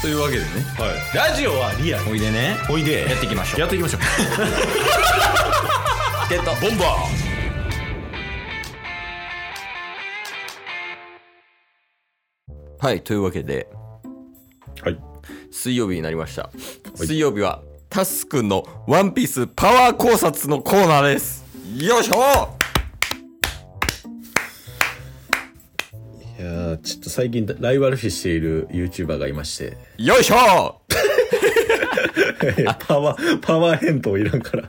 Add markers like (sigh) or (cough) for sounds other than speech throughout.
というわけでねはい、ラジオはリアルおいでねおいでやっていきましょうやっていきましょうってたボンバはいというわけでーはい水曜日になりました水曜日はタスくんのワンピースパワー考察のコーナーですよいしょいやーちょっと最近ライバル視している YouTuber がいましてよいしょ (laughs) パワーパワー返答いらんから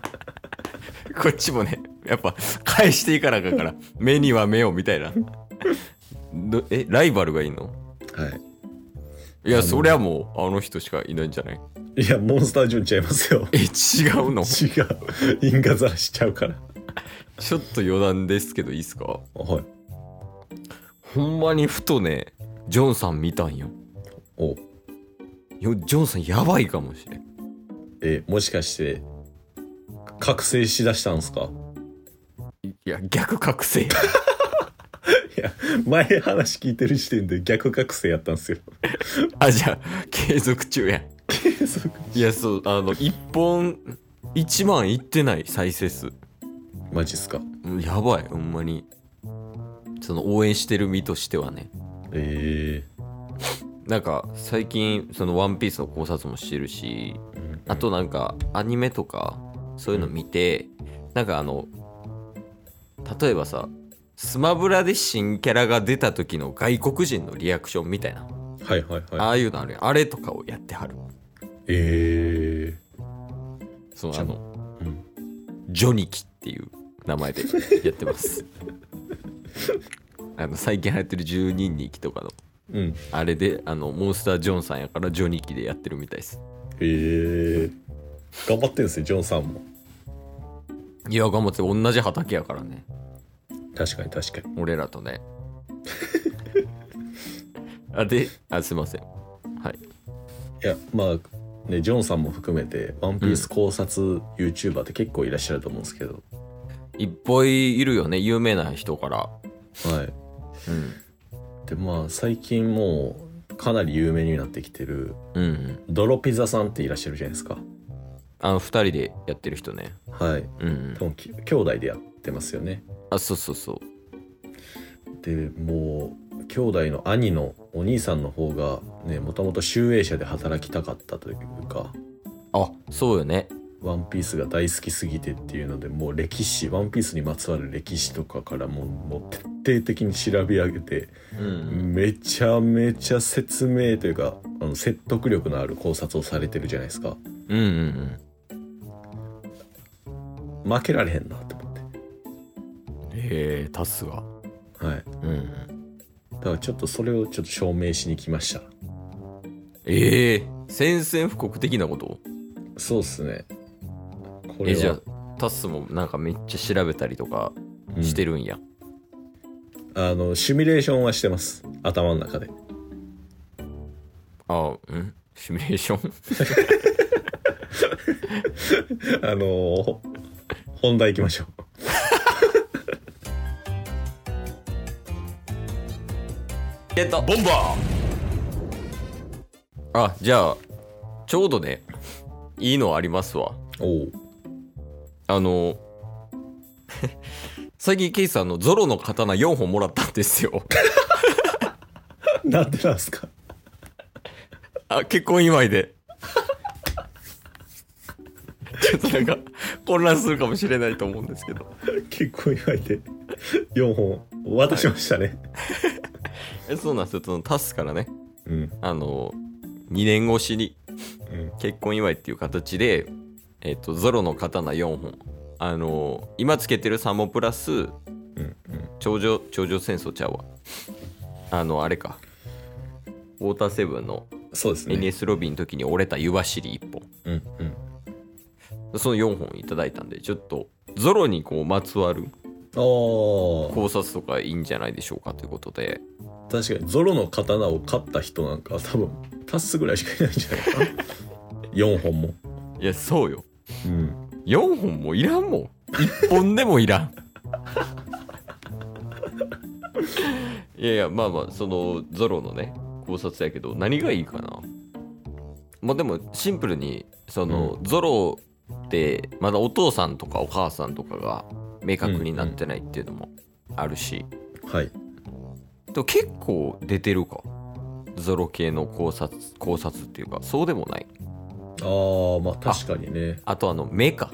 こっちもねやっぱ返していかなあかん (laughs) から目には目をみたいなどえライバルがいいのはいいやそりゃもうあの人しかいないんじゃないいやモンスタージュンちゃいますよ (laughs) え違うのち違う因果ざらしちゃうからょっと余談ですけどいいっすかはいほんまにふとねジョンさん見たんよおよジョンさんやばいかもしれんえもしかして覚醒しだしたんすかいや逆覚醒 (laughs) いや前話聞いてる時点で逆覚醒やったんすよ (laughs) あじゃあ継続中やいやそうあの1本1万いってない再生数マジっすかうんやばいほんまにその応援してる身としてはねえなんか最近その「ワンピースの考察もしてるしえー、あとなんかアニメとかそういうの見て、なんかあの例えばさスマブラで新キャラが出た時の外国人のリアクションみたいな、はいはいあはいあいうのあるやんあれとかをやってはるえそのじゃああのえー、うんジョニキっていう名前でやってます (laughs) あの最近流行ってる10人にとかのうんあれであのモンスタージョンさんやからジョニキでやってるみたいですえー、頑張ってんすねジョンさんもいや頑張って同じ畑やからね確かに確かに俺らと (laughs) ねあであすいませんはいいやまあねジョンさんも含めて「ワンピース考察 YouTuber って結構いらっしゃると思うんですけど、いっぱいいるよね有名な人からはいうんでまあ最近もうかなり有名になってきてるうんうんドロピザさんっていらっしゃるじゃないですかあの2人でやってる人ねはいうんうん多分き兄弟でやってますよねあそうそうそうでもう兄弟の兄のお兄さんの方がねもともと集英社で働きたかったというかあそうよねワンピースが大好きすぎてっていうのでもう歴史ワンピースにまつわる歴史とかからもうもう徹底的に調べ上げてうんめちゃめちゃ説明というかあの説得力のある考察をされてるじゃないですかうんうんうん負けられへんなと思ってへえタスがはいうんうんだからちょっとそれをちょっと証明しに来ましたええ宣戦布告的なことそうっすねこえれじゃはあタスもなんかめっちゃ調べたりとかしてる、るんや、うんあのシミュレーションはしてます頭の中であうんシミュレーションあのーほ本題行きましょうゲットボンバあじゃあちょうどねいいのありますわーおうあの (laughs) 最近ケイさんのゾロの刀4本もらったんですよ (laughs) なんでなんすかあ結婚祝いで (laughs) ちょっとなんか混乱するかもしれないと思うんですけど結構祝いで4本渡しましたね、えそうなんですよそのタスからねうんあの2年越しにうん結婚祝いっていう形で、えっとゾロの刀4本あの今つけてる3本プラスうんうん頂上頂上戦争ちゃうわあのあれかウォーターセブンのそうですね NS ロビーの時に折れた湯走り1本うんうんその4本いただいたんでちょっとゾロにこうまつわるおー考察とかいいんじゃないでしょうかということで確かにゾロの刀を買った人なんか多分タスぐらいしかいないんじゃないかな (laughs) 4本もいやそうようん4本もいらんもん1本でもいらんいやいやまあまあそのゾロのね考察やけど何がいいかなもうでもシンプルにその、ゾロってまだお父さんとかお母さんとかが明確になってないっていうのもあるし、はいでも結構出てるかゾロ系の考察考察っていうかそうでもないあーまあ確かにねあとあの目か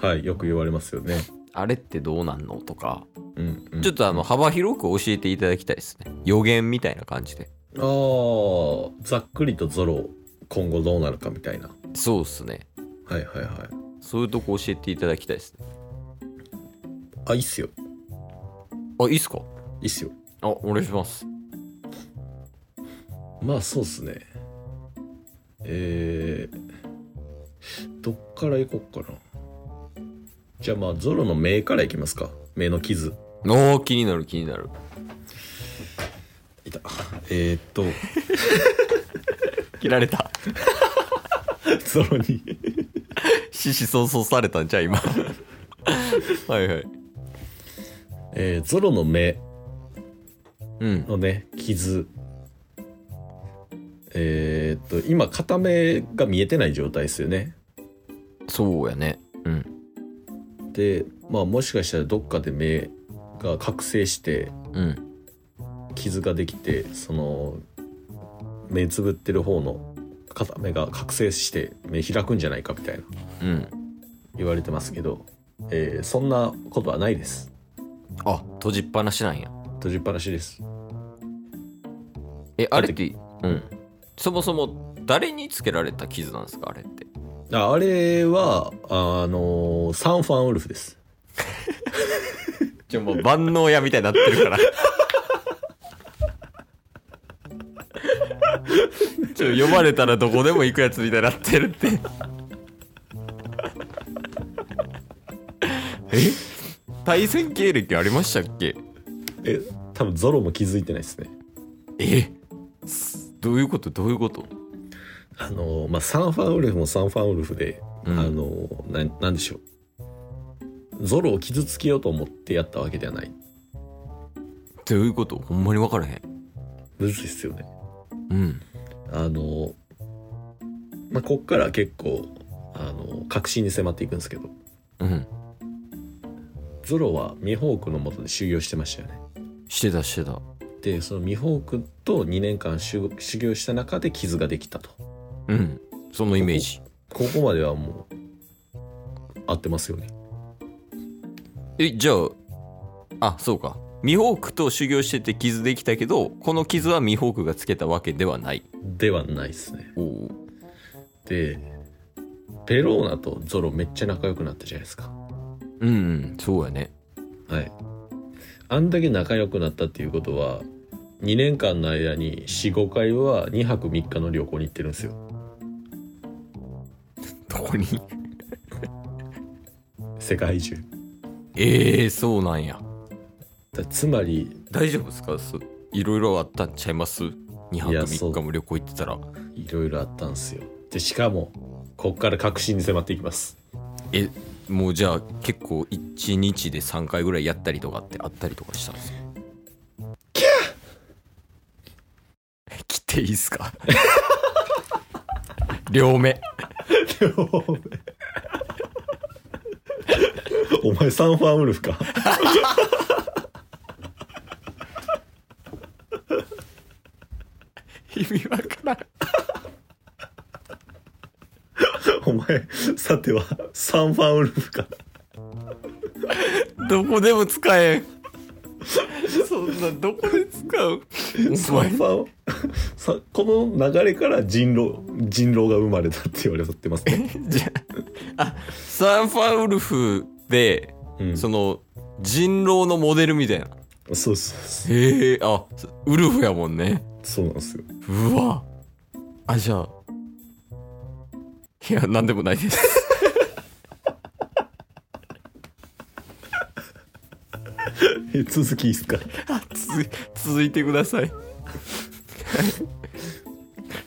はいよく言われますよねあれってどうなんのとかうん、うん、ちょっとあの幅広く教えていただきたいですね予言みたいな感じでああざっくりとゾロ今後どうなるかみたいなそうっすねはいはいはいそういうとこ教えていただきたいですねあいいっすよあいいっすかいいっすよあお願いしますまあそうっすねえー、どっから行こっかなじゃあまあゾロの目からいきますか目の傷おー気になる気になるいたえー、っと切られたゾロに死死そうそうされたんじゃ (laughs) う今はいはいえーゾロの目うんのね傷えー、っと今片目が見えてない状態ですよねそうやねうんでまあもしかしたらどっかで目が覚醒してうん傷ができてその目つぶってる方の片目が覚醒して目開くんじゃないかみたいなうん言われてますけど、えーそんなことはないですあ閉じっぱなしなんや閉じっぱなしですえあれってうんそもそも誰につけられた傷なんですかあれってああれはあのーサンファンウルフですじゃもう万能屋みたいになってるからちょ呼ばれたらどこでも行くやつみたいになってるってえ対戦経歴ありましたっけえ多分ゾロも気づいてないですねえすどういうことどういうことあのーまあサンファンウルフもサンファンウルフで、うんあのーななんでしょうゾロを傷つけようと思ってやったわけではないどういうことほんまに分からへんむずいっすよねうんあの、まあ、こっから結構、あの、確信に迫っていくんですけど、うんゾロはミホークのもとで修行してましたよね。してたしてたで、そのミホークと2年間修修行した中で傷ができたと。うんそのイメージここまではもう、合ってますよね。えじゃああそうかミホークと修行してて傷できたけどこの傷はミホークがつけたわけではないではないですね。おおで、ペローナとゾロめっちゃ仲良くなったじゃないですか。うん、うん、そうやねはい。あんだけ仲良くなったっていうことは、2年間の間に4、5回は2泊3日の旅行に行ってるんですよ。どこに世界中 (laughs) ええそうなんやだつまり大丈夫ですかそいろいろあったんちゃいます2泊いやそう3日も旅行行ってたらいろいろあったんですよでしかもこっから確信に迫っていきますえもうじゃあ結構1日で3回ぐらいやったりとかってあったりとかしたんですかキャ (laughs) ー切っていいっすか両目 (laughs) お前サンファンウルフか意味わからんお前さてはサンファンウルフかどこでも使えん。そんな、どこで使うサおン前、ファンさこの流れから人狼人狼が生まれたって言われてますね、じゃあ、あサンファウルフで、うん、そその、人狼のモデルみたいな。うそうそうへえ、あ、ウルフやもんね。そうなんですようわ。あ、じゃあ。いや、なんでもない (laughs) です。え続きいいっすか続い続いてください。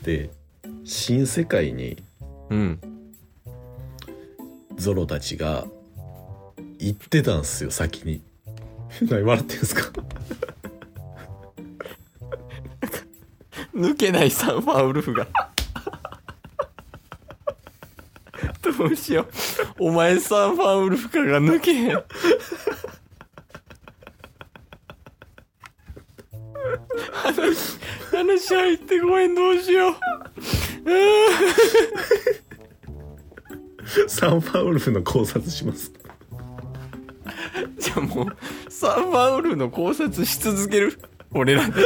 で新世界にうん。ゾロたちが行ってたんすよ先に (laughs) 何笑ってんすか抜けないサンファウルフが。 (laughs) どうしようお前さんファンウルフカが抜けへん話話入ってごめんどうしよう (laughs) うサンファウルフの考察しますーじゃあもうサンファンウルフの考察し続ける俺らで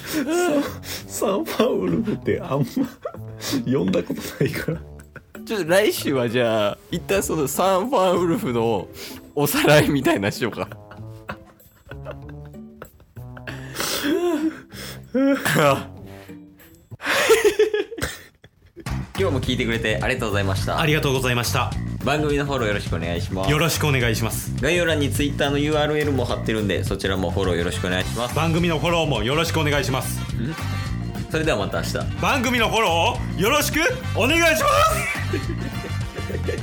サンファウルフってあんま読んだことないからちょっと来週はじゃあ一旦そのサンファンウルフのおさらいみたいなしようか (laughs) 今日も聞いてくれてありがとうございましたありがとうございました番組のフォローよろしくお願いしますよろしくお願いします概要欄に Twitter の URL も貼ってるんでそちらもフォローよろしくお願いします番組のフォローもよろしくお願いしますそれではまた明日番組のフォローをよろしくお願いします